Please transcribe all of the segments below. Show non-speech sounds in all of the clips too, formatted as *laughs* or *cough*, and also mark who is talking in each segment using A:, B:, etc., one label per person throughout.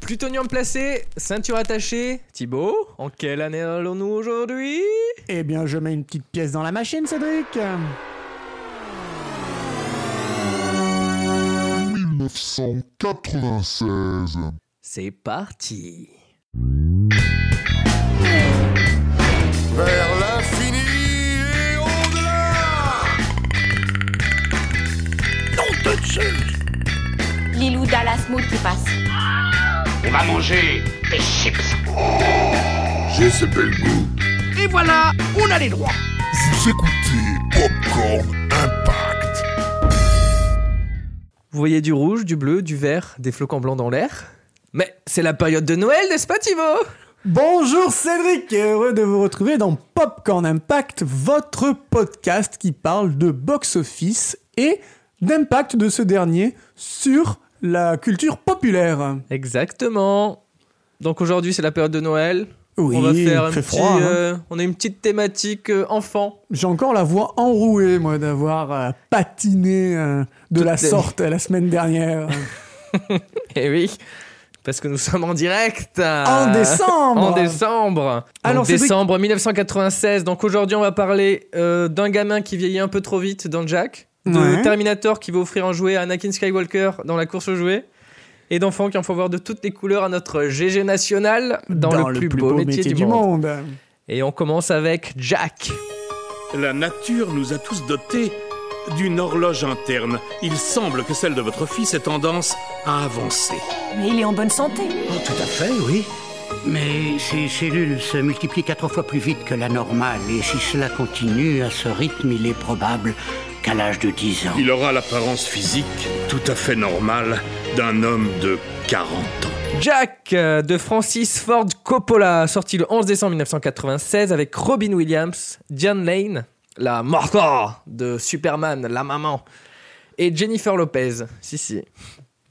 A: Plutonium placé, ceinture attachée. Thibaut, en quelle année allons-nous aujourd'hui
B: Eh bien, je mets une petite pièce dans la machine, Cédric.
C: 1996.
A: C'est parti.
D: Vers l'infini et au-delà
E: Lilou Dallas Mood qui passe.
F: On va manger des chips.
C: J'ai ce bel goût.
F: Et voilà, on a les droits.
C: Vous écoutez Popcorn Impact.
A: Vous voyez du rouge, du bleu, du vert, des flocons blancs dans l'air Mais c'est la période de Noël, n'est-ce pas Thibaut
B: Bonjour Cédric, et heureux de vous retrouver dans Popcorn Impact, votre podcast qui parle de box-office et d'impact de ce dernier sur la culture populaire.
A: Exactement. Donc aujourd'hui, c'est la période de Noël.
B: Oui,
A: on va faire un
B: il fait
A: petit,
B: froid. hein.
A: euh, on a une petite thématique euh, enfant.
B: J'ai encore la voix enrouée, moi, d'avoir euh, patiné euh, de
A: Toute
B: la
A: la-
B: sorte euh, la semaine dernière.
A: Eh oui, parce que nous sommes en direct.
B: en
A: Ah,
B: décembre
A: En décembre.
B: Alors,
A: Alors,
B: Cédric-
A: décembre 1996. Donc aujourd'hui, on va parler euh, d'un gamin qui vieillit un peu trop vite dans Jack, de
B: Ouais.
A: Terminator qui va offrir un jouet à Anakin Skywalker dans la course aux jouets, et d'enfants qui en font voir de toutes les couleurs à notre GG national dans, le, plus, beau, métier, du, monde. Et on commence avec Jack.
G: La nature nous a tous dotés d'une horloge interne. Il semble que celle de votre fils ait tendance à avancer.
E: Mais il est en bonne santé.
H: Tout à fait, oui. Mais ces cellules se multiplient quatre fois plus vite que la normale, et si cela continue à ce rythme, il est probable qu'à l'âge de 10 ans.
G: Il aura l'apparence physique tout à fait normale d'un homme de 40 ans.
A: Jack euh, de Francis Ford Coppola, sorti le 11 décembre 1996 avec Robin Williams, Diane Lane, la Martha de Superman, la maman, et Jennifer Lopez. Si, si.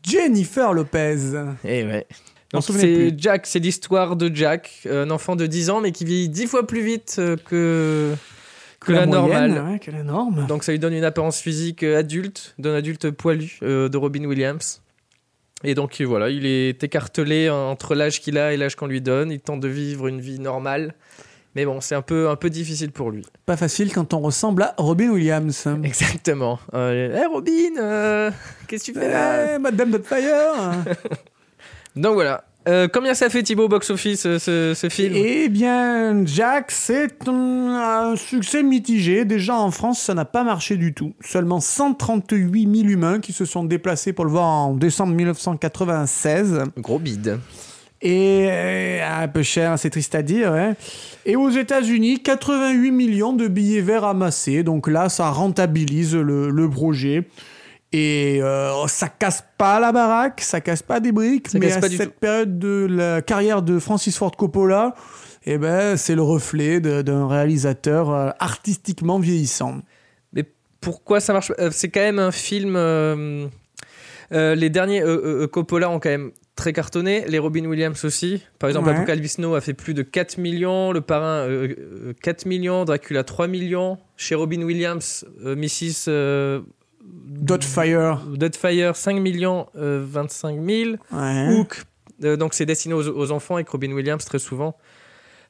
B: Jennifer Lopez.
A: Eh ouais.
B: M'en
A: Donc
B: souvenais
A: c'est
B: plus.
A: Jack, c'est l'histoire de Jack, euh, un enfant de 10 ans mais qui vieillit 10 fois plus vite euh, que, que la, normale.
B: moyenne, ouais, que la norme.
A: Donc ça lui donne une apparence physique euh, adulte, d'un adulte poilu euh, de Robin Williams. Et donc euh, voilà, il est écartelé en- entre l'âge qu'il a et l'âge qu'on lui donne. Il tente de vivre une vie normale. Mais bon, c'est un peu, un peu difficile pour lui.
B: Pas facile quand on ressemble à Robin Williams.
A: Mm. Exactement. Euh, Hey, Robin, euh, qu'est-ce que tu fais là
B: Eh, Madame Dotfire
A: Donc voilà. Euh, combien ça fait Thibaut au box-office euh, ce, ce film
B: Eh bien, Jack, c'est hum, un succès mitigé. Déjà en France, ça n'a pas marché du tout. Seulement 138 000 humains qui se sont déplacés pour le voir en décembre 1996.
A: Gros bide.
B: Et euh, un peu cher, c'est triste à dire. hein. Et aux États-Unis, 88 millions de billets verts amassés. Donc là, ça rentabilise le, le projet. Et euh, ça casse pas la baraque, ça casse pas des briques.
A: Ça
B: mais
A: casse
B: à
A: pas du
B: cette période de la carrière de Francis Ford Coppola, eh ben, c'est le reflet de- d'un réalisateur euh, artistiquement vieillissant.
A: Mais pourquoi ça marche pas Euh, C'est quand même un film. euh, euh, les derniers euh, euh, euh, Coppola ont quand même très cartonné. Les Robin Williams aussi. Par exemple,
B: Ouais.
A: Apocalypse Now a fait plus de 4 millions. Le Parrain, euh, euh, 4 millions. Dracula, 3 millions. Chez Robin Williams, euh, Mrs. euh,
B: Dotfire.
A: Deadfire, 5 millions euh, 25 000.
B: Ouais.
A: Hook, euh, donc c'est destiné aux, aux enfants avec Robin Williams très souvent.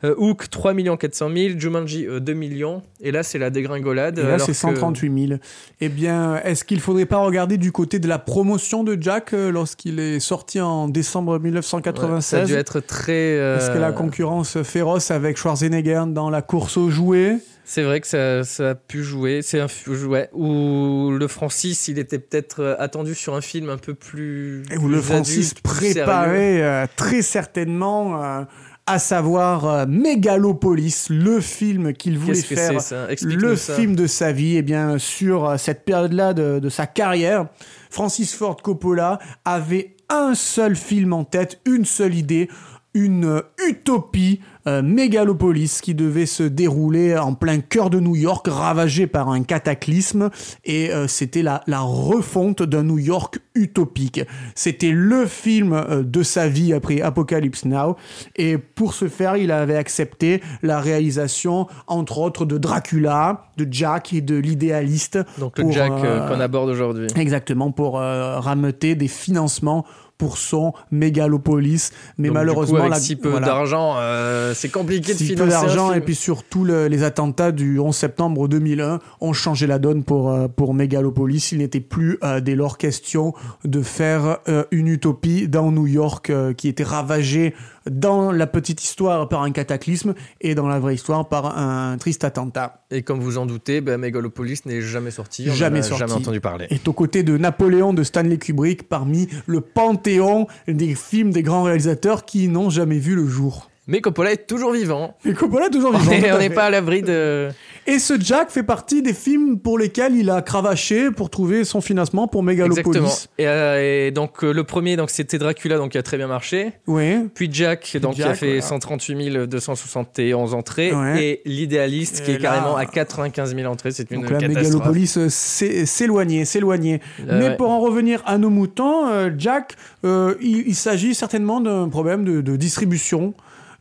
A: Euh, Hook, 3 400 000. Jumanji, euh, 2 millions. Et là, c'est la dégringolade.
B: Et là,
A: alors
B: c'est
A: que-
B: 138 000. Eh bien, est-ce qu'il faudrait pas regarder du côté de la promotion de Jack euh, lorsqu'il est sorti en décembre
A: Ouais, ça a
B: 1996
A: dû être très. euh,
B: Parce que la concurrence féroce avec Schwarzenegger dans la course aux jouets.
A: C'est vrai que ça, ça a pu jouer. C'est un f- ouais, où le Francis, il était peut-être euh, attendu sur un film un peu plus.
B: Et où le
A: plus
B: Francis
A: adulte, plus sérieux.
B: préparait euh, très certainement, euh, à savoir euh, Megalopolis, le film qu'il voulait
A: Qu'est-ce que
B: faire
A: c'est ça Explique-nous
B: le
A: ça.
B: film de sa vie, et bien sur euh, cette période-là de, de sa carrière, Francis Ford Coppola avait un seul film en tête, une seule idée, une euh, utopie, euh, Mégalopolis, qui devait se dérouler en plein cœur de New York, ravagé par un cataclysme, et euh, c'était la, la refonte d'un New York utopique. C'était le film euh, de sa vie après Apocalypse Now, et pour ce faire, il avait accepté la réalisation, entre autres, de Dracula, de Jack et de l'idéaliste.
A: Donc le
B: pour,
A: Jack euh,
B: euh,
A: qu'on aborde aujourd'hui.
B: Exactement, pour euh, rameuter des financements pour son mégalopolis. Mais
A: Donc,
B: malheureusement,
A: du coup, avec
B: la-
A: si peu
B: voilà.
A: d'argent, euh, c'est compliqué de
B: Si peu
A: financer. un
B: d'argent
A: film.
B: et puis surtout le- les attentats du 11 septembre 2001 ont changé la donne pour euh, pour Megalopolis. Il n'était plus euh, dès lors question de faire euh, une utopie dans New York euh, qui était ravagée dans la petite histoire par un cataclysme et dans la vraie histoire par un triste attentat.
A: Et comme vous en doutez, ben, Megalopolis n'est jamais sorti. On
B: Jamais
A: en a
B: sorti.
A: Jamais entendu parler.
B: Est aux côtés de Napoléon de Stanley Kubrick parmi le panthéon des films des grands réalisateurs qui n'ont jamais vu le jour.
A: Mais Coppola est toujours vivant.
B: Mais Coppola est toujours
A: *laughs* On
B: vivant.
A: est-
B: tout
A: on
B: à
A: n'est
B: fait.
A: pas à l'abri de.
B: Et ce Jack fait partie des films pour lesquels il a cravaché pour trouver son financement pour Megalopolis.
A: Exactement. Et, euh, et donc euh, le premier, donc c'était Dracula, donc qui a très bien marché.
B: Oui.
A: Puis Jack, donc qui a
B: Jack,
A: fait
B: voilà.
A: 138 271 entrées,
B: Ouais.
A: et l'idéaliste qui
B: Et
A: est carrément
B: là-
A: à 95 000 entrées, c'est une
B: Donc là,
A: catastrophe.
B: Megalopolis euh, s'é- s'éloignait, s'éloignait.
A: Euh,
B: Mais
A: ouais.
B: pour en revenir à nos moutons, euh, Jack, euh, il, il s'agit certainement d'un problème de, de distribution,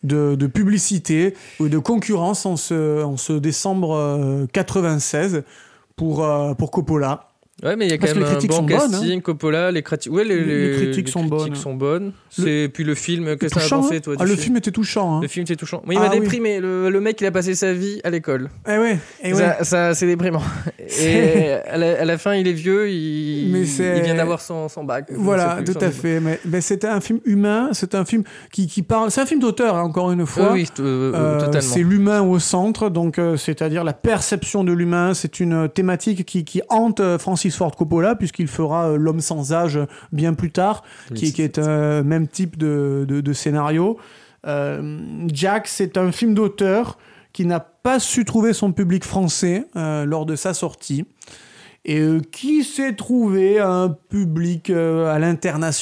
B: de, de publicité ou de concurrence en ce, en ce décembre euh, 96 pour, euh, pour Coppola.
A: Ouais, mais il y a quand
B: Parce que
A: même
B: les
A: un
B: critiques
A: bon
B: sont bonnes, hein.
A: casting, Coppola, les, crati- ouais, les,
B: Les- les critiques sont bonnes. hein.
A: sont bonnes. C'est puis le film, qu'est-ce que t'en as
B: Touchant,
A: pensé
B: hein.
A: toi du
B: Ah, le film était touchant. hein.
A: Le film c'est touchant. Moi, il
B: Ah,
A: m'a
B: oui.
A: déprimé. Le, le mec, il a passé sa vie à l'école.
B: Eh ouais, eh ouais.
A: Ça, ça, c'est
B: *laughs*
A: déprimant. Et
B: C'est-
A: à la, à la fin, il est vieux. Il,
B: Mais c'est-
A: il vient d'avoir son, son bac.
B: Voilà,
A: Je sais plus,
B: tout
A: son
B: à
A: diplôme.
B: fait. Mais, mais c'était un film humain, c'est un film qui, qui parle. C'est un film d'auteur, hein, encore une fois.
A: Oui, oui, t- euh,
B: Euh,
A: totalement.
B: c'est l'humain au centre, donc euh, c'est-à-dire la perception de l'humain. C'est une euh, thématique qui, qui hante euh, Francis Ford Coppola, puisqu'il fera euh, L'homme sans âge euh, bien plus tard, qui, qui est un même type de, de- de scénario. Euh, Jack, c'est un film d'auteur qui n'a pas su trouver son public français euh, lors de sa sortie et euh, qui s'est trouvé un public euh, à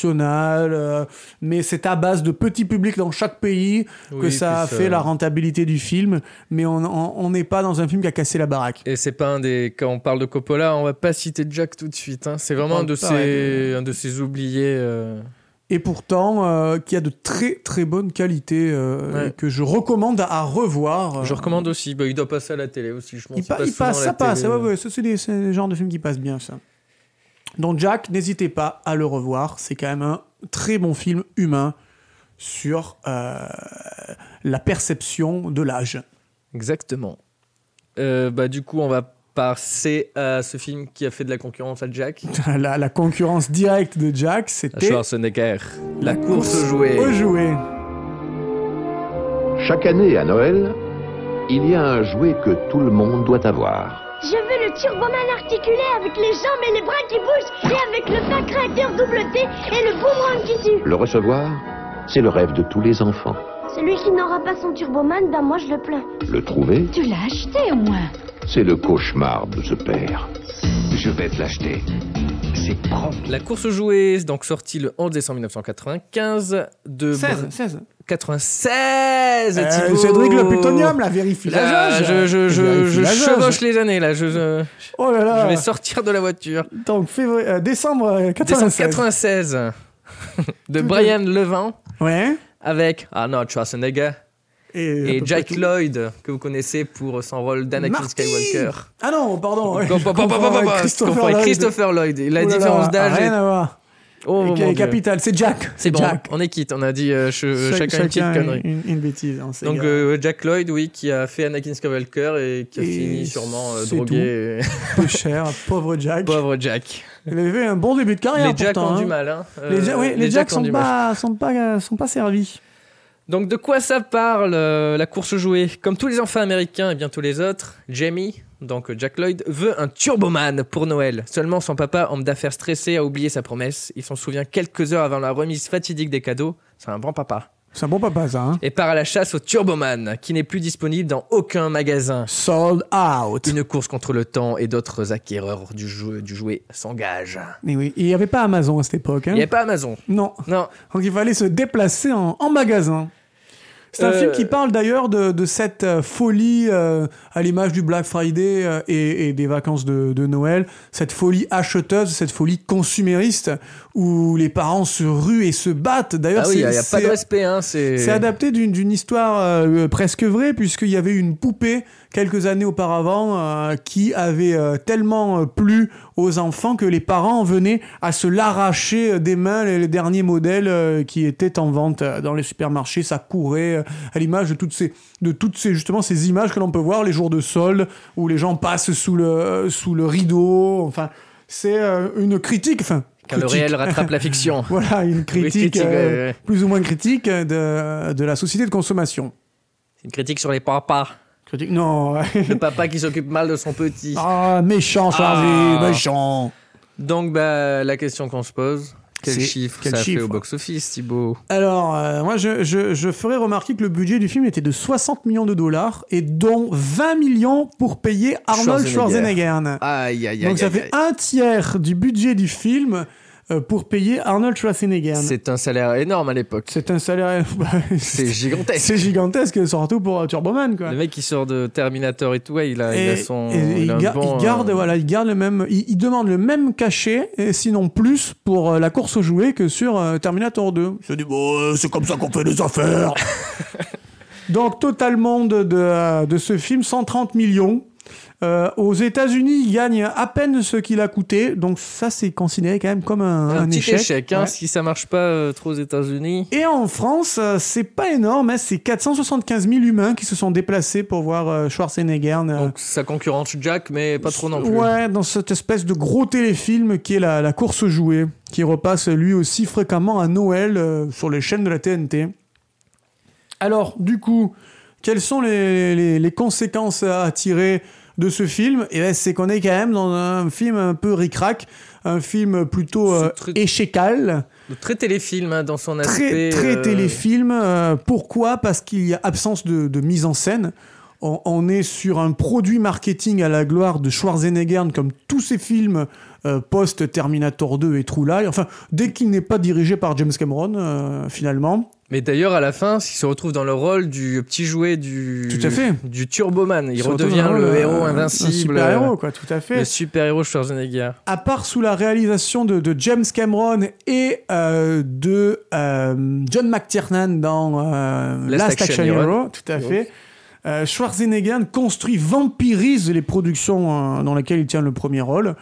B: l'international, euh, mais c'est à base de petits publics dans chaque pays
A: Oui, euh,
B: que ça
A: puis
B: a
A: ça-
B: fait la rentabilité du film, mais on- on on n'est pas dans un film qui a cassé la baraque.
A: Et c'est pas un des. Quand on parle de Coppola, on va pas citer Jack tout de suite. hein. C'est vraiment
B: On
A: un de,
B: parle
A: ses...
B: de-
A: un de ses oubliés. euh.
B: Et pourtant, euh, qui a de très très bonnes qualités euh,
A: Ouais.
B: et que je recommande à, à revoir.
A: Je recommande aussi. Bah, il doit passer à la télé aussi. Je pense
B: Il,
A: qu'il
B: pa- il
A: souvent à
B: passe,
A: la
B: ça passe.
A: télé.
B: ouais, ouais, ça, c'est des, c'est des genres de films qui passent bien, ça. Donc, Jack, n'hésitez pas à le revoir. C'est quand même un très bon film humain sur euh, la perception de l'âge. *laughs*
A: Exactement. Euh, bah, du coup, on va passer à ce film qui a fait de la concurrence à Jack.
B: la, la concurrence directe de Jack,
A: À
B: c'était
A: Schwarzenegger. La course au jouet.
B: Au jouet.
I: Chaque année à Noël, il y a un jouet que tout le monde doit avoir.
J: Je veux le turboman articulé avec les jambes et les bras qui bougent et avec le pack créateur double-té et le boomerang qui tue.
I: Le recevoir, c'est le rêve de tous les enfants.
J: Celui qui n'aura pas son turboman, ben moi je le plains.
I: Le trouver,
E: Tu l'as acheté au moins.
I: c'est le cauchemar de ce père. Je vais te l'acheter. C'est propre.
A: La course au jouet, donc sortie le 11 décembre 1995 de
B: 16,
A: Br-
B: 16.
A: 96.
B: Euh,
A: Thibaut.
B: Cédric Le Plutonium, la vérifie la
A: Là,
B: jauge.
A: je, je, je,
B: Vérifie
A: je
B: la jauge.
A: chevauche les années là. Je, je-
B: Oh là là.
A: je vais sortir de la voiture.
B: Donc, février, euh, décembre euh,
A: Décembre
B: 96. *laughs*
A: 96 de
B: Tout
A: Brian Levin
B: Ouais.
A: avec Arnold Schwarzenegger et
B: à peu près
A: Jack
B: tout.
A: Lloyd que vous connaissez pour son rôle d'Anakin
B: Marty
A: Skywalker.
B: Ah non, pardon. ouais,
A: Bon,
B: je
A: bon, bon, bon,
B: confonds
A: bon, bon,
B: avec
A: je confonds avec
B: Lloyd.
A: Christopher Lloyd. La
B: Oh là là,
A: différence d'âge
B: Rien
A: est...
B: à voir.
A: Oh, mon
B: Et qui
A: Dieu.
B: est capital, c'est Jack.
A: C'est bon,
B: Jack.
A: on est quitte, on a dit euh, che-
B: Cha-
A: chacun une petite connerie.
B: Une, une bêtise. hein, c'est
A: Donc
B: grave.
A: euh, Jack Lloyd, oui, qui a fait Anakin Skywalker et qui a
B: Et
A: fini sûrement euh,
B: c'est
A: drogué.
B: peu cher, pauvre
A: et-
B: Jack.
A: *laughs* Pauvre Jack.
B: Il avait fait un bon début de carrière.
A: les Jacks
B: pourtant,
A: ont
B: hein.
A: du mal. Hein. Euh,
B: Les, Ja- oui, les Jacks
A: ont
B: sont
A: du mal.
B: pas, sont pas, euh, sont pas servis.
A: Donc de quoi ça parle euh, la course jouée Comme tous les enfants américains et bien tous les autres, Jamie, donc euh, Jack Lloyd, veut un turboman pour Noël. Seulement son papa, homme d'affaires stressé, a oublié sa promesse. Il s'en souvient quelques heures avant la remise fatidique des cadeaux. C'est un bon papa.
B: C'est un bon papa, ça. Hein.
A: Et part à la chasse au turboman, qui n'est plus disponible dans aucun magasin.
B: Sold out.
A: Une course contre le temps et d'autres acquéreurs du, jeu, du jouet s'engagent.
B: Mais oui, il n'y avait pas Amazon à cette époque.
A: Il
B: Hein.
A: n'y a pas Amazon.
B: Non.
A: Non, Ah
B: Donc il fallait se déplacer en, en magasin. C'est un
A: Euh,
B: film qui parle d'ailleurs de, de cette euh, folie euh, à l'image du Black Friday euh, et, et des vacances de, de Noël, cette folie acheteuse, cette folie consumériste où les parents se ruent et se battent. D'ailleurs,
A: Ah oui,
B: c'est-
A: il n'y a, pas de
B: c'est-
A: respect. Hein, c'est
B: c'est adapté d'une d'une histoire euh, presque vraie, puisqu'il y avait une poupée quelques années auparavant euh, qui avait euh, tellement euh, plu aux enfants que les parents venaient à se l'arracher euh, des mains, les, les derniers modèles euh, qui étaient en vente euh, dans les supermarchés. Ça courait euh, à l'image de toutes ces, de toutes ces, justement, ces images que l'on peut voir les jours de solde où les gens passent sous le, euh, sous le rideau. Enfin, c'est euh, une critique. Enfin,
A: Car le
B: critique.
A: réel rattrape la fiction.
B: *laughs* Voilà, une critique,
A: critique,
B: euh,
A: ouais, ouais.
B: plus ou moins critique euh, de, de la société de consommation.
A: C'est une critique sur les papas.
B: Critique Non. *laughs*
A: Le papa qui s'occupe mal de son petit.
B: ah, méchant, Charlie,
A: Ah.
B: méchant.
A: Donc, bah, la question qu'on se pose, quel
B: C'est-
A: chiffre
B: quel
A: ça
B: chiffre
A: fait au box-office, Thibaut
B: Alors, euh, moi, je, je, je ferai remarquer que le budget du film était de 60 millions de dollars et dont 20 millions pour payer Arnold
A: Schwarzenegger.
B: Schwarzenegger.
A: Aïe, aïe, aïe.
B: Donc, ça
A: aïe,
B: fait
A: aïe.
B: un tiers du budget du film euh, pour payer Arnold Schwarzenegger.
A: C'est un salaire énorme à l'époque.
B: C'est un salaire. *laughs*
A: C'est gigantesque.
B: C'est gigantesque, surtout pour euh, Turboman, quoi.
A: Le mec qui sort de Terminator et tout, ouais, il a, Ah, il a son.
B: et- et
A: il a un
B: ga-
A: bon,
B: il garde,
A: euh,
B: voilà, il garde le même, il, il demande le même cachet, et sinon plus, pour euh, la course aux jouets que sur euh, Terminator 2. Je dis, bon, euh, c'est comme ça qu'on fait les affaires. *laughs* Donc, totalement de, de, euh, de ce film, 130 millions. Euh, aux États-Unis, il gagne à peine ce qu'il a coûté, donc ça, c'est considéré quand même comme un,
A: Un,
B: un
A: petit échec, hein,
B: Ouais.
A: si ça marche pas euh, trop aux États-Unis.
B: Et en France, euh, c'est pas énorme, hein, c'est 475 000 humains qui se sont déplacés pour voir euh, Schwarzenegger. euh,
A: Donc ça concurrence Jack, mais pas trop non plus.
B: Ouais, dans cette espèce de gros téléfilm qui est la, la course aux jouets, qui repasse lui aussi fréquemment à Noël euh, sur les chaînes de la TNT. Alors, du coup, quelles sont les, les- les conséquences à tirer de ce film Et c'est qu'on est quand même dans un film un peu ric-rac, un film plutôt euh,
A: C'est très-
B: écheccal
A: Donc, Très téléfilm hein, dans son
B: très,
A: aspect.
B: très
A: euh,
B: téléfilm. Euh, pourquoi Parce qu'il y a absence de, de mise en scène. On, on est sur un produit marketing à la gloire de Schwarzenegger, comme tous ses films euh, post-Terminator 2 et True Lies. Enfin, dès qu'il n'est pas dirigé par James Cameron, euh, finalement.
A: Mais d'ailleurs, à la fin, il se retrouve dans le rôle du petit jouet du.
B: Tout à fait.
A: Du Turboman. Il
B: se
A: redevient
B: retrouve dans
A: le
B: rôle,
A: héros
B: euh,
A: invincible.
B: Un super-héros, quoi, tout à
A: Le
B: fait.
A: super-héros Schwarzenegger.
B: À part sous la réalisation de, de James Cameron et euh, de euh, John McTiernan dans euh,
A: Last
B: Last
A: Action
B: Action Hero,
A: Hero.
B: tout à fait. Euh, Schwarzenegger construit, vampirise les productions euh, dans lesquelles il tient le premier rôle.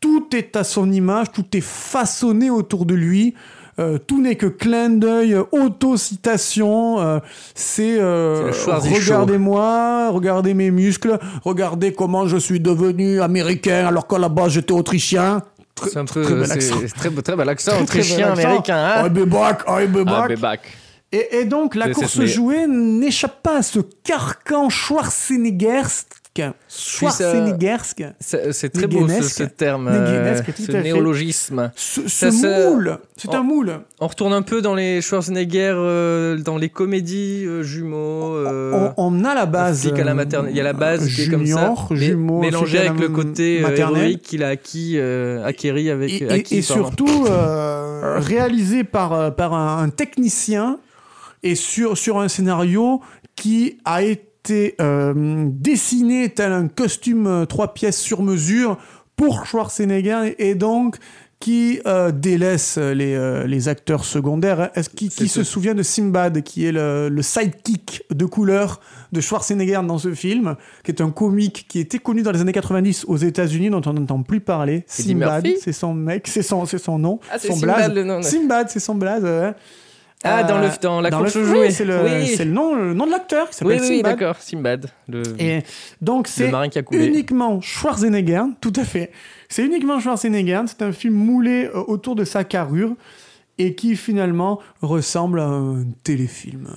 B: Tout est à son image, tout est façonné autour de lui. Euh, tout n'est que clin d'œil, euh, auto-citation. euh, c'est euh,
A: C'est le Schwarzy
B: regardez-moi, regardez mes muscles, regardez comment je suis devenu américain alors qu'à la base j'étais autrichien. Tr-
A: C'est un
B: tr-
A: peu.
B: très bel
A: c'est-
B: accent.
A: c'est Très, très bel accent
B: Très, très bel
A: autrichien,
B: accent. Oh,
A: américain. hein.
B: I'll be back, I'll be
A: Ah,
B: back.
A: be back.
B: Et, et donc, la
A: C'est-
B: course
A: c'est-
B: aux
A: mais-
B: jouets n'échappe pas à ce carcan Schwarzeneggersque. Schwarzeneggersque.
A: C'est c'est très beau ce,
B: Néguenesque.
A: ce terme,
B: Néguenesque,
A: euh,
B: tout
A: ce
B: à fait.
A: néologisme.
B: Ce,
A: Ça,
B: ce
A: ça-
B: moule, c'est
A: Oh.
B: un moule.
A: On retourne un peu dans les Schwarzenegger, euh, dans les comédies euh, jumeaux. euh,
B: on, on a la base. euh,
A: flic à la maternelle. Il y a la base qui est comme ça,
B: junior,
A: mais
B: jumeau,
A: mélangée
B: flic à
A: avec
B: la
A: le côté euh,
B: maternelle.
A: héroïque qu'il a acquis, euh, acquéri avec.
B: Et, et-
A: acquis,
B: et
A: pardon.
B: surtout euh, réalisé par, euh, par un, un technicien et sur, sur un scénario qui a été euh, dessiné tel un costume euh, trois pièces sur mesure pour Schwarzenegger et donc qui euh, délaisse les, euh, les acteurs secondaires. Est-ce qui, qui
A: C'est
B: se souvient de Simbad, qui est le, le sidekick de couleur de Schwarzenegger dans ce film, qui est un comique qui était connu dans les années 90 aux États-Unis, dont on n'entend plus parler.
A: Eddie
B: Simbad,
A: Murphy
B: c'est son mec, c'est son, c'est son nom.
A: Ah, c'est
B: son
A: Sinbad,
B: blaze.
A: le nom, ouais.
B: Sinbad, c'est son blaze. ouais.
A: Ah, dans le- dans la course aux jouets.
B: oui, C'est Euh, le,
A: Oui.
B: c'est le nom, le nom de l'acteur qui
A: Oui,
B: s'appelle
A: oui, oui,
B: Sinbad.
A: d'accord, Simbad, le,
B: Et donc
A: le
B: c'est
A: marin qui a coulé.
B: uniquement Schwarzenegger, tout à fait. C'est uniquement Schwarzenegger. C'est un film moulé euh, autour de sa carrure et qui finalement ressemble à un téléfilm.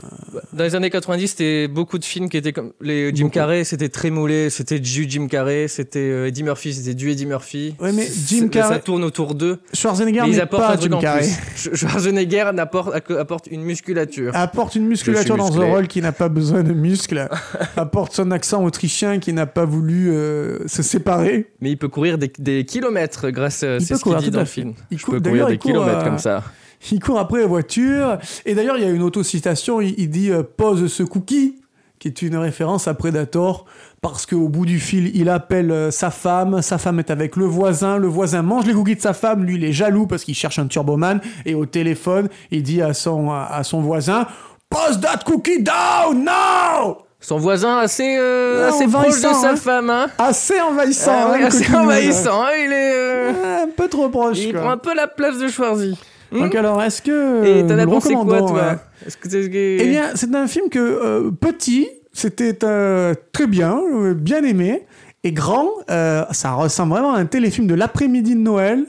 A: Dans les années 90, c'était beaucoup de films qui étaient comme les Jim
B: Beaucoup.
A: Carrey, c'était très moulé, c'était du Jim Carrey, c'était euh, Eddie Murphy, c'était du Eddie Murphy.
B: Ouais, mais
A: C'est-
B: Jim
A: c'est- ça
B: Carrey-
A: tourne autour d'eux.
B: Schwarzenegger
A: Mais ils
B: n'est
A: apportent
B: pas
A: un truc
B: Jim
A: en
B: Carrey.
A: plus. Schwarzenegger n'apporte- apporte une musculature.
B: apporte une musculature
A: Je suis
B: dans un
A: musclé.
B: rôle qui n'a pas besoin
A: *laughs*
B: de muscles, apporte son accent autrichien qui n'a pas voulu euh, se séparer.
A: Mais il peut courir des, des kilomètres grâce à
B: Il
A: c'est
B: peut
A: ce qu'il
B: courir,
A: dit
B: tout
A: dans
B: à
A: le
B: fait.
A: film.
B: Il
A: Je
B: court-
A: peux
B: d'ailleurs,
A: courir des
B: il court,
A: kilomètres
B: euh,
A: comme ça.
B: *laughs* Il court après la voiture. Et d'ailleurs, il y a une autocitation, il, il dit euh, pose ce cookie. qui est une référence à Predator, parce qu'au bout du fil, il appelle euh, sa femme, sa femme est avec le voisin, le voisin mange les cookies de sa femme, lui il est jaloux parce qu'il cherche un turboman, et au téléphone, il dit à son, à, à son voisin, Pass that cookie down now!
A: Son voisin assez, euh,
B: Ouais,
A: assez proche
B: envahissant,
A: de sa
B: hein.
A: femme, hein.
B: Assez envahissant,
A: Ah
B: hein,
A: oui,
B: le
A: assez
B: cookie down.
A: envahissant, hein, il est. euh,
B: Ouais, un peu trop proche,
A: Il
B: quoi.
A: prend un peu la place de Schwarzy. Hmm
B: Donc alors, est-ce que
A: Et
B: euh,
A: t'en
B: nous
A: as
B: le
A: pensé quoi,
B: recommandons,
A: toi
B: ouais
A: Est-ce que t'es gay
B: Eh bien, c'est un film que euh, petit, c'était euh, très bien, euh, bien aimé, et grand, euh, ça ressemble vraiment à un téléfilm de l'après-midi de Noël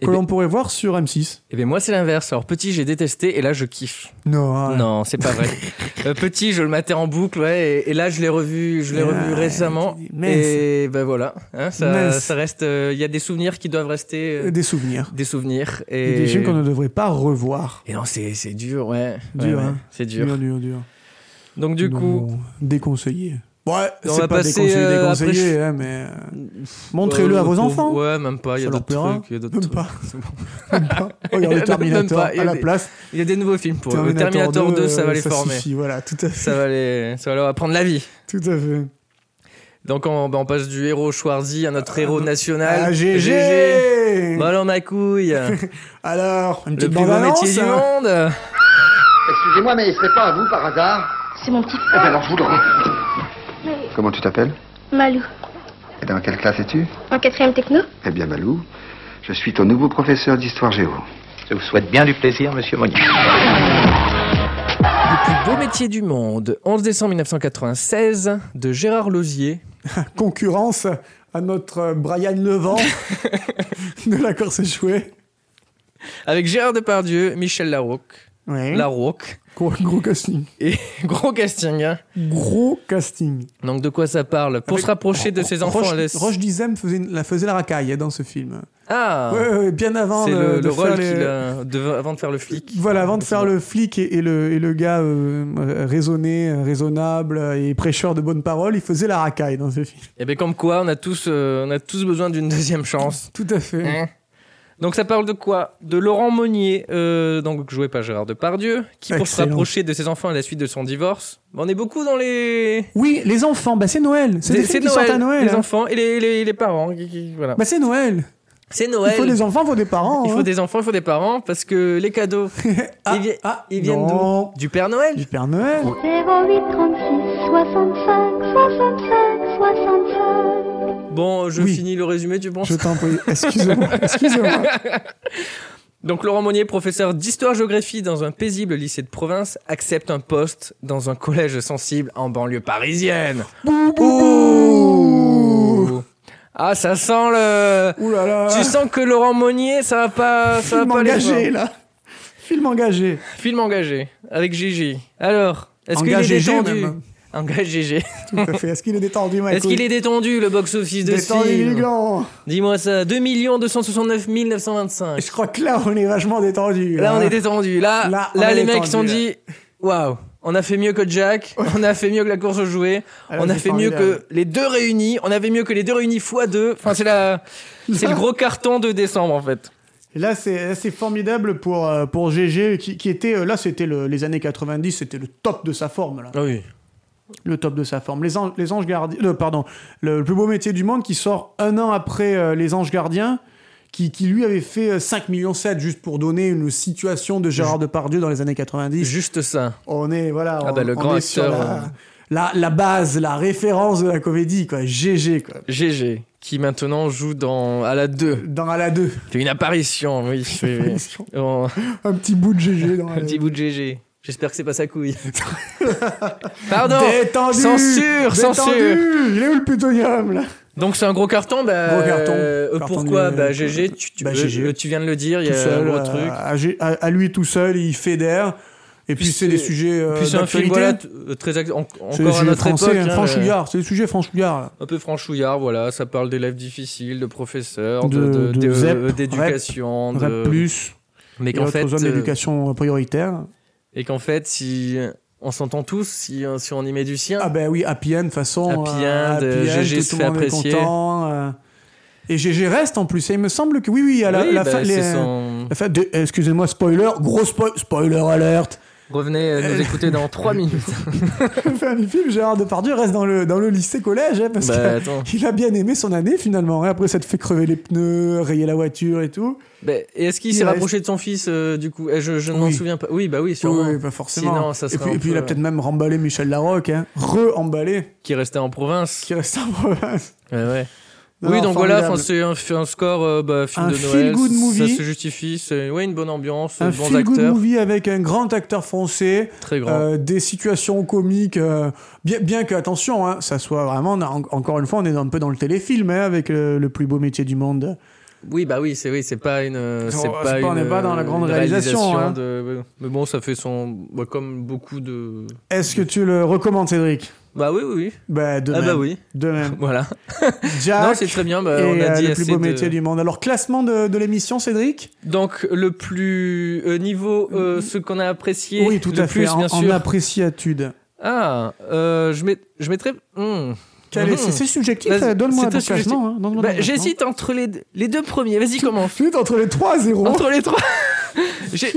A: Eh
B: que
A: ben-
B: l'on pourrait voir sur M6.
A: Eh bien, moi, c'est l'inverse. Alors, petit, j'ai détesté et là, je kiffe.
B: Non. hein.
A: Non, c'est
B: *laughs*
A: pas vrai. Euh, petit, je le matais en boucle, ouais, et, et là, je l'ai revu, je l'ai
B: Ah,
A: revu récemment.
B: mince.
A: Et ben voilà, hein, ça,
B: Mince.
A: ça reste. Il y a des souvenirs qui doivent rester. euh,
B: Des souvenirs.
A: des souvenirs. Et,
B: Et... Des films qu'on ne devrait pas revoir.
A: Et non, c'est c'est dur, ouais.
B: Dur,
A: Ouais, ouais,
B: hein.
A: C'est dur.
B: dur, dur. dur.
A: Donc, du coup.
B: Non, déconseillé. Ouais,
A: On
B: c'est
A: va
B: pas
A: passer,
B: déconseillé,
A: euh, après-
B: déconseillé, hein, mais euh, montrez-le à
A: euh,
B: vos
A: pour-
B: enfants. *laughs*
A: Ouais, même pas. Il y a
B: Ça leur
A: d'autres
B: plaira.
A: trucs. Il y a d'autres
B: Même
A: trucs.
B: pas.
A: C'est bon.
B: Regardez
A: Même
B: Terminator
A: pas, *laughs* il y a
B: à la
A: des-
B: place.
A: Il y a des nouveaux films pour eux. Terminator 2, ça va
B: euh,
A: les former.
B: suffit, voilà, tout à fait.
A: Ça va, les, ça va leur apprendre la vie.
B: Tout à fait.
A: Donc on, bah, on passe du héros Schwarzy à notre héros national.
B: Ah, GG,
A: Voilà ma
B: *laughs*
A: couille Le
B: Alors, une
A: plus
B: petite
A: beau
B: bande-annonce
A: métier du
B: hein.
A: monde
F: Excusez-moi, mais il serait pas à vous par hasard
J: C'est mon petit
F: Eh ben alors, je vous le rends.
I: Comment tu t'appelles
J: Malou.
I: Et dans quelle classe es-tu
J: En quatrième techno
I: Eh bien, Malou, je suis ton nouveau professeur d'histoire géo.
F: Je vous souhaite bien du plaisir, monsieur Monnier.
A: Le plus beau métier du monde. 11 décembre 1996 de Gérard Lozier.
B: Concurrence à notre euh, Brian Levent
A: *laughs*
B: de la Corse échouée.
A: Avec Gérard Depardieu, Michel Larocque.
B: Ouais.
A: Larocque. *laughs*
B: Gros, gros casting.
A: Et gros casting. hein.
B: Gros casting.
A: Donc de quoi ça parle Pour
B: Avec-
A: se rapprocher de ses enfants.
B: Roche,
A: laisse-
B: Roche Dizem faisait, une- la, faisait la racaille hein, dans ce film.
A: Ah
B: Ouais, ouais, bien avant
A: C'est
B: de,
A: le,
B: de
A: le
B: faire
A: rôle
B: les-
A: qu'il a de- avant de faire le flic.
B: Voilà, avant de faire le flic et, et le, et le gars euh, euh, raisonné, euh, raisonnable et prêcheur de bonnes paroles, il faisait la racaille dans ce
A: Et
B: film.
A: bien Eh ben, comme quoi, on a tous, euh, on a tous besoin d'une deuxième chance.
B: Tout à fait.
A: Hein. Donc ça parle de quoi De Laurent Monnier, euh, donc joué par Gérard Depardieu, qui pour se
B: Excellent.
A: rapprocher de ses enfants à la suite de son divorce. ben, On est beaucoup dans les.
B: Oui, les enfants, bah c'est Noël. C'est des films qui sortent à Noël.
A: les
B: hein.
A: enfants et les, les- les parents. qui- qui- voilà.
B: Bah c'est Noël.
A: C'est Noël.
B: Il faut des enfants, il faut des parents.
A: Il faut
B: hein.
A: des enfants, il faut des parents, parce que les cadeaux,
B: *laughs* Ah,
A: ils, vi-
B: ah,
A: ils viennent
B: non.
A: d'où Du Père Noël
B: Du Père Noël.
J: 08 36 65 65 65
A: Bon, je
B: Oui.
A: finis le résumé, tu penses
B: Je t'en prie,
A: *laughs*
B: excusez-moi, excusez-moi.
A: Donc Laurent Monnier, professeur d'histoire-géographie dans un paisible lycée de province, accepte un poste dans un collège sensible en banlieue parisienne. Ouh. Ah, ça sent le.
B: Ouh là là.
A: Tu sens que Laurent Monnier, ça va pas, ça va
B: Ah. film
A: pas aller
B: engagé
A: loin.
B: là. Film engagé.
A: Film engagé avec Gigi. Alors, est-ce qu'il est
B: Engagé, Gégé,
A: détendu
B: même. Bah,
A: Engage Gégé.
B: Tout à fait. Est-ce qu'il est détendu,
A: *laughs*
B: Michael
A: Est-ce qu'il est détendu le box-office de ce
B: détendu du
A: film
B: gland
A: Dis-moi ça. 2 269 925.
B: Je crois que là, on est vachement détendu.
A: Là, on
B: hein.
A: est détendu. Là, là,
B: Là, on est
A: les mecs
B: détendu,
A: se sont
B: là.
A: dit waouw, on a fait mieux que Jack, on a fait mieux que la course aux jouets,
B: Ah, là,
A: on a
B: c'est
A: fait mieux que
B: formidable.
A: les deux réunis, on avait mieux que les deux réunis fois deux. Enfin, c'est la, c'est le gros carton de décembre en fait.
B: Là, c'est là, c'est formidable pour, euh, pour GG qui, qui était. euh, Là, c'était le- les années 90, c'était le top de sa forme. Là.
A: Oui.
B: le top de sa forme. Les, Anges- les anges gardiens, euh, pardon, le, le plus beau métier du monde qui sort un an après euh, Les anges gardiens, qui, qui lui avait fait euh, 5 millions 7 juste pour donner une situation de Gérard Depardieu dans les années 90.
A: Juste ça.
B: On est voilà,
A: Ah
B: on,
A: bah, le
B: on
A: grand
B: est sur
A: acteur,
B: la,
A: euh.
B: la, la base, la référence de la comédie quoi. GG quoi.
A: GG qui maintenant joue dans à la 2.
B: Dans à la 2,
A: Fait une apparition, oui. oui, oui. Oh,
B: un petit bout de GG dans
A: un petit bout de GG. J'espère que c'est pas sa
B: *laughs*
A: couille. Pardon.
B: Détendu
A: Censure,
B: Détendu
A: censure.
B: Il est où le plutonium là
A: Donc c'est un gros carton, bah,
B: Gros carton.
A: euh,
B: Carton
A: pourquoi
B: du-
A: Bah GG, tu, tu,
B: Bah,
A: euh,
B: GG.
A: tu viens de le dire, il y
B: Tout
A: a un
B: seul, euh,
A: gros
B: à-
A: truc.
B: à, à- à lui tout seul, il fédère. Et puis,
A: Puis
B: c'est des
A: c'est-
B: sujets euh,
A: Puis c'est un film
B: d'actualité.
A: voilà, t- euh, très ac- en-
B: C'est des
A: encore à
B: sujets
A: notre
B: français,
A: époque,
B: hein,
A: hein,
B: franchouillard, c'est des sujets franchouillard. là.
A: euh, un peu franchouillard, voilà, ça parle d'élèves difficiles, de professeurs,
B: De-
A: de- de-
B: de
A: de-
B: ZEP,
A: euh, d'éducation,
B: On a
A: de-
B: plus,
A: mais
B: et
A: qu'en
B: autres
A: fait,
B: hommes
A: euh,
B: d'éducation prioritaire.
A: et qu'en fait, si on s'entend tous, si, euh, si on y met du sien,
B: Ah ben oui, Happy End, façon.
A: Happy
B: euh,
A: End,
B: Happy
A: euh, GG
B: tout
A: se
B: le
A: fait
B: monde est
A: apprécier.
B: content, euh. Et GG reste en plus, et il me semble que oui, oui, à la,
A: oui,
B: la
A: bah,
B: fin, les-
A: c'est son-
B: *laughs* la fin de- excusez-moi, spoiler, gros spoil- spoiler alerte.
A: Revenez euh, nous écouter
B: *laughs*
A: dans 3 minutes.
B: Fin du film, Gérard Depardieu reste dans le, dans le lycée-collège, hein, parce
A: Bah,
B: que *laughs*
A: attends.
B: qu'il a bien aimé son année finalement. hein. Après, ça te fait crever les pneus, rayer la voiture et tout.
A: Ben, et Est-ce qu'il
B: Il
A: s'est
B: reste-
A: rapproché de son fils euh, du coup Eh, Je, je ne m'en
B: Oui.
A: souviens pas. Oui, bah oui, sûrement.
B: Oui, pas forcément.
A: Sinon, ça
B: et
A: serait
B: puis,
A: un
B: et puis il
A: peu-
B: a
A: euh,
B: peut-être même remballé Michel Larocque, hein. re-emballé,
A: Qui restait en province.
B: qui reste en province.
A: Ouais, ouais.
B: Non,
A: oui,
B: non,
A: donc voilà,
B: formidable.
A: enfin, c'est un, un score euh, bah, film
B: Un
A: de Noël.
B: feel-good
A: ça-
B: movie.
A: Ça se justifie. C'est ouais, une bonne ambiance,
B: un
A: bons
B: feel good
A: acteurs,
B: movie avec un grand acteur français,
A: très grand.
B: euh, des situations comiques, euh, bien, bien que, attention, hein, ça soit vraiment, on a- en- encore une fois, on est un peu dans le téléfilm hein, avec euh, le plus beau métier du monde.
A: Oui, bah oui, c'est oui, c'est pas une, euh,
B: Non,
A: c'est
B: c'est
A: pas,
B: pas- on
A: une, euh,
B: n'est pas dans la grande
A: une
B: réalisation, hein.
A: de- Mais bon, ça fait son, bah, comme beaucoup de.
B: Est-ce que tu le recommandes, Cédric
A: Bah oui, oui, oui.
B: bah, de
A: ah
B: même.
A: bah oui.
B: De même.
A: Voilà. *laughs*
B: Jack
A: non, c'est très bien. bah,
B: et
A: on a
B: euh,
A: dit
B: le
A: assez
B: plus beau
A: de-
B: métier du monde. Alors, classement de, de l'émission, Cédric
A: Donc le plus euh, niveau, euh, ce qu'on a apprécié.
B: Oui, tout
A: le
B: à
A: plus,
B: fait. En,
A: bien
B: en
A: sûr.
B: appréciatude.
A: Ah, euh, je, mets, je mettrais. hmm.
B: Quel est-
A: Mhm.
B: C'est c'est subjectif,
A: Vas-y,
B: euh, donne-moi
A: c'est
B: ton
A: très
B: classement. hein, donne-moi ton
A: Bah,
B: classement.
A: J'hésite entre les, deux- les deux premiers. Vas-y, commence.
B: J'hésite entre les 3 à 0.
A: Entre les trois. *laughs* J'ai- j'ai-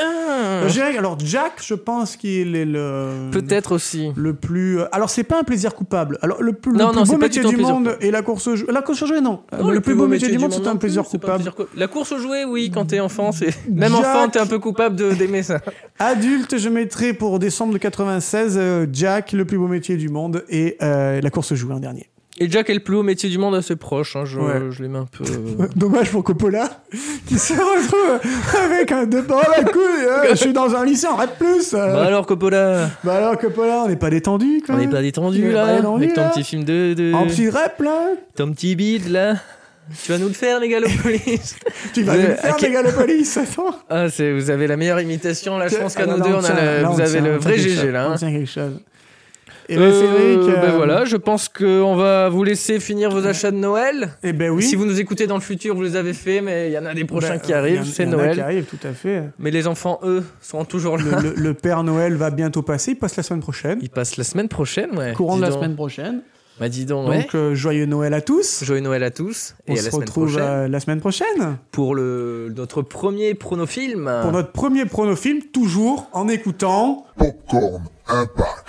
A: ah.
B: Euh, Jack- alors, Jack, je pense qu'il est le.
A: Peut-être aussi.
B: Le plus. euh, Alors, c'est pas un plaisir coupable. Alors, le plus, le
A: Non,
B: plus
A: non, c'est
B: beau
A: pas
B: métier
A: du tout un
B: du
A: plaisir Ah
B: monde et la course au jeu. La course au jeu, non. Euh,
A: Oh,
B: le, plus beau métier, du monde, c'est un
A: non
B: plaisir
A: plus, c'est pas un
B: coupable.
A: plaisir coupable. La course au jouet, oui, quand t'es enfant,
B: *laughs*
A: c'est même
B: Jack.
A: enfant, t'es un peu coupable de- d'aimer ça.
B: Adulte, je mettrai pour décembre de 96 euh, Jack, le plus beau métier du monde et euh, la course au jeu en dernier.
A: Et Jack est le plus haut métier du monde assez proche. hein, je
B: Ouais.
A: je l'aime un
B: *laughs*
A: peu.
B: Euh, Dommage pour Coppola qui se retrouve avec un deux par la couille.
A: *laughs*
B: hein. je suis dans un lycée en rap plus. euh.
A: Bah alors Coppola,
B: Bah alors Coppola, on n'est pas détendu quoi.
A: on n'est pas
B: On
A: détendu
B: est
A: là
B: pas détendu,
A: avec ton
B: là.
A: petit film de, de-
B: En petit rap là.
A: ton petit bide là. Tu vas nous le faire,
B: *laughs*
A: Mégalopolis.
B: Tu vas
A: De-
B: nous le
A: Euh, à
B: faire
A: quel-
B: Megalopolis, attends.
A: ah, c'est vous avez la meilleure imitation là. *laughs* Je pense qu'à
B: Ah, là,
A: nous
B: là,
A: deux,
B: on
A: on a
B: tient-
A: le-
B: là, on
A: vous avez
B: tient-
A: le
B: on tient
A: vrai
B: quelque
A: GG
B: chose,
A: là. hein.
B: On tient quelque chose. Et
A: Euh,
B: ben Cédric.
A: ben
B: euh,
A: voilà, je pense qu'on va vous laisser finir vos achats de Noël.
B: Eh ben oui.
A: Si vous nous écoutez dans le futur, vous les avez fait, mais il y en a des prochains
B: Ben,
A: qui
B: euh, y
A: arrivent,
B: en-
A: c'est
B: y en a
A: Noël.
B: Qui arrive, tout à fait.
A: Mais les enfants, eux, sont toujours là.
B: *laughs* Le, le- le Père Noël va bientôt passer. Il passe la semaine prochaine.
A: Ils passent la semaine prochaine, ouais.
B: Courant
A: Dis
B: de la
A: donc.
B: semaine prochaine.
A: Bah dis donc, ouais.
B: Donc euh, joyeux Noël à tous.
A: Joyeux Noël à tous et
B: On
A: à
B: se
A: la semaine
B: retrouve
A: prochaine
B: euh, la semaine prochaine
A: pour le notre premier pronofilm.
B: pour notre premier pronofilm, toujours en écoutant.
C: Popcorn Impact.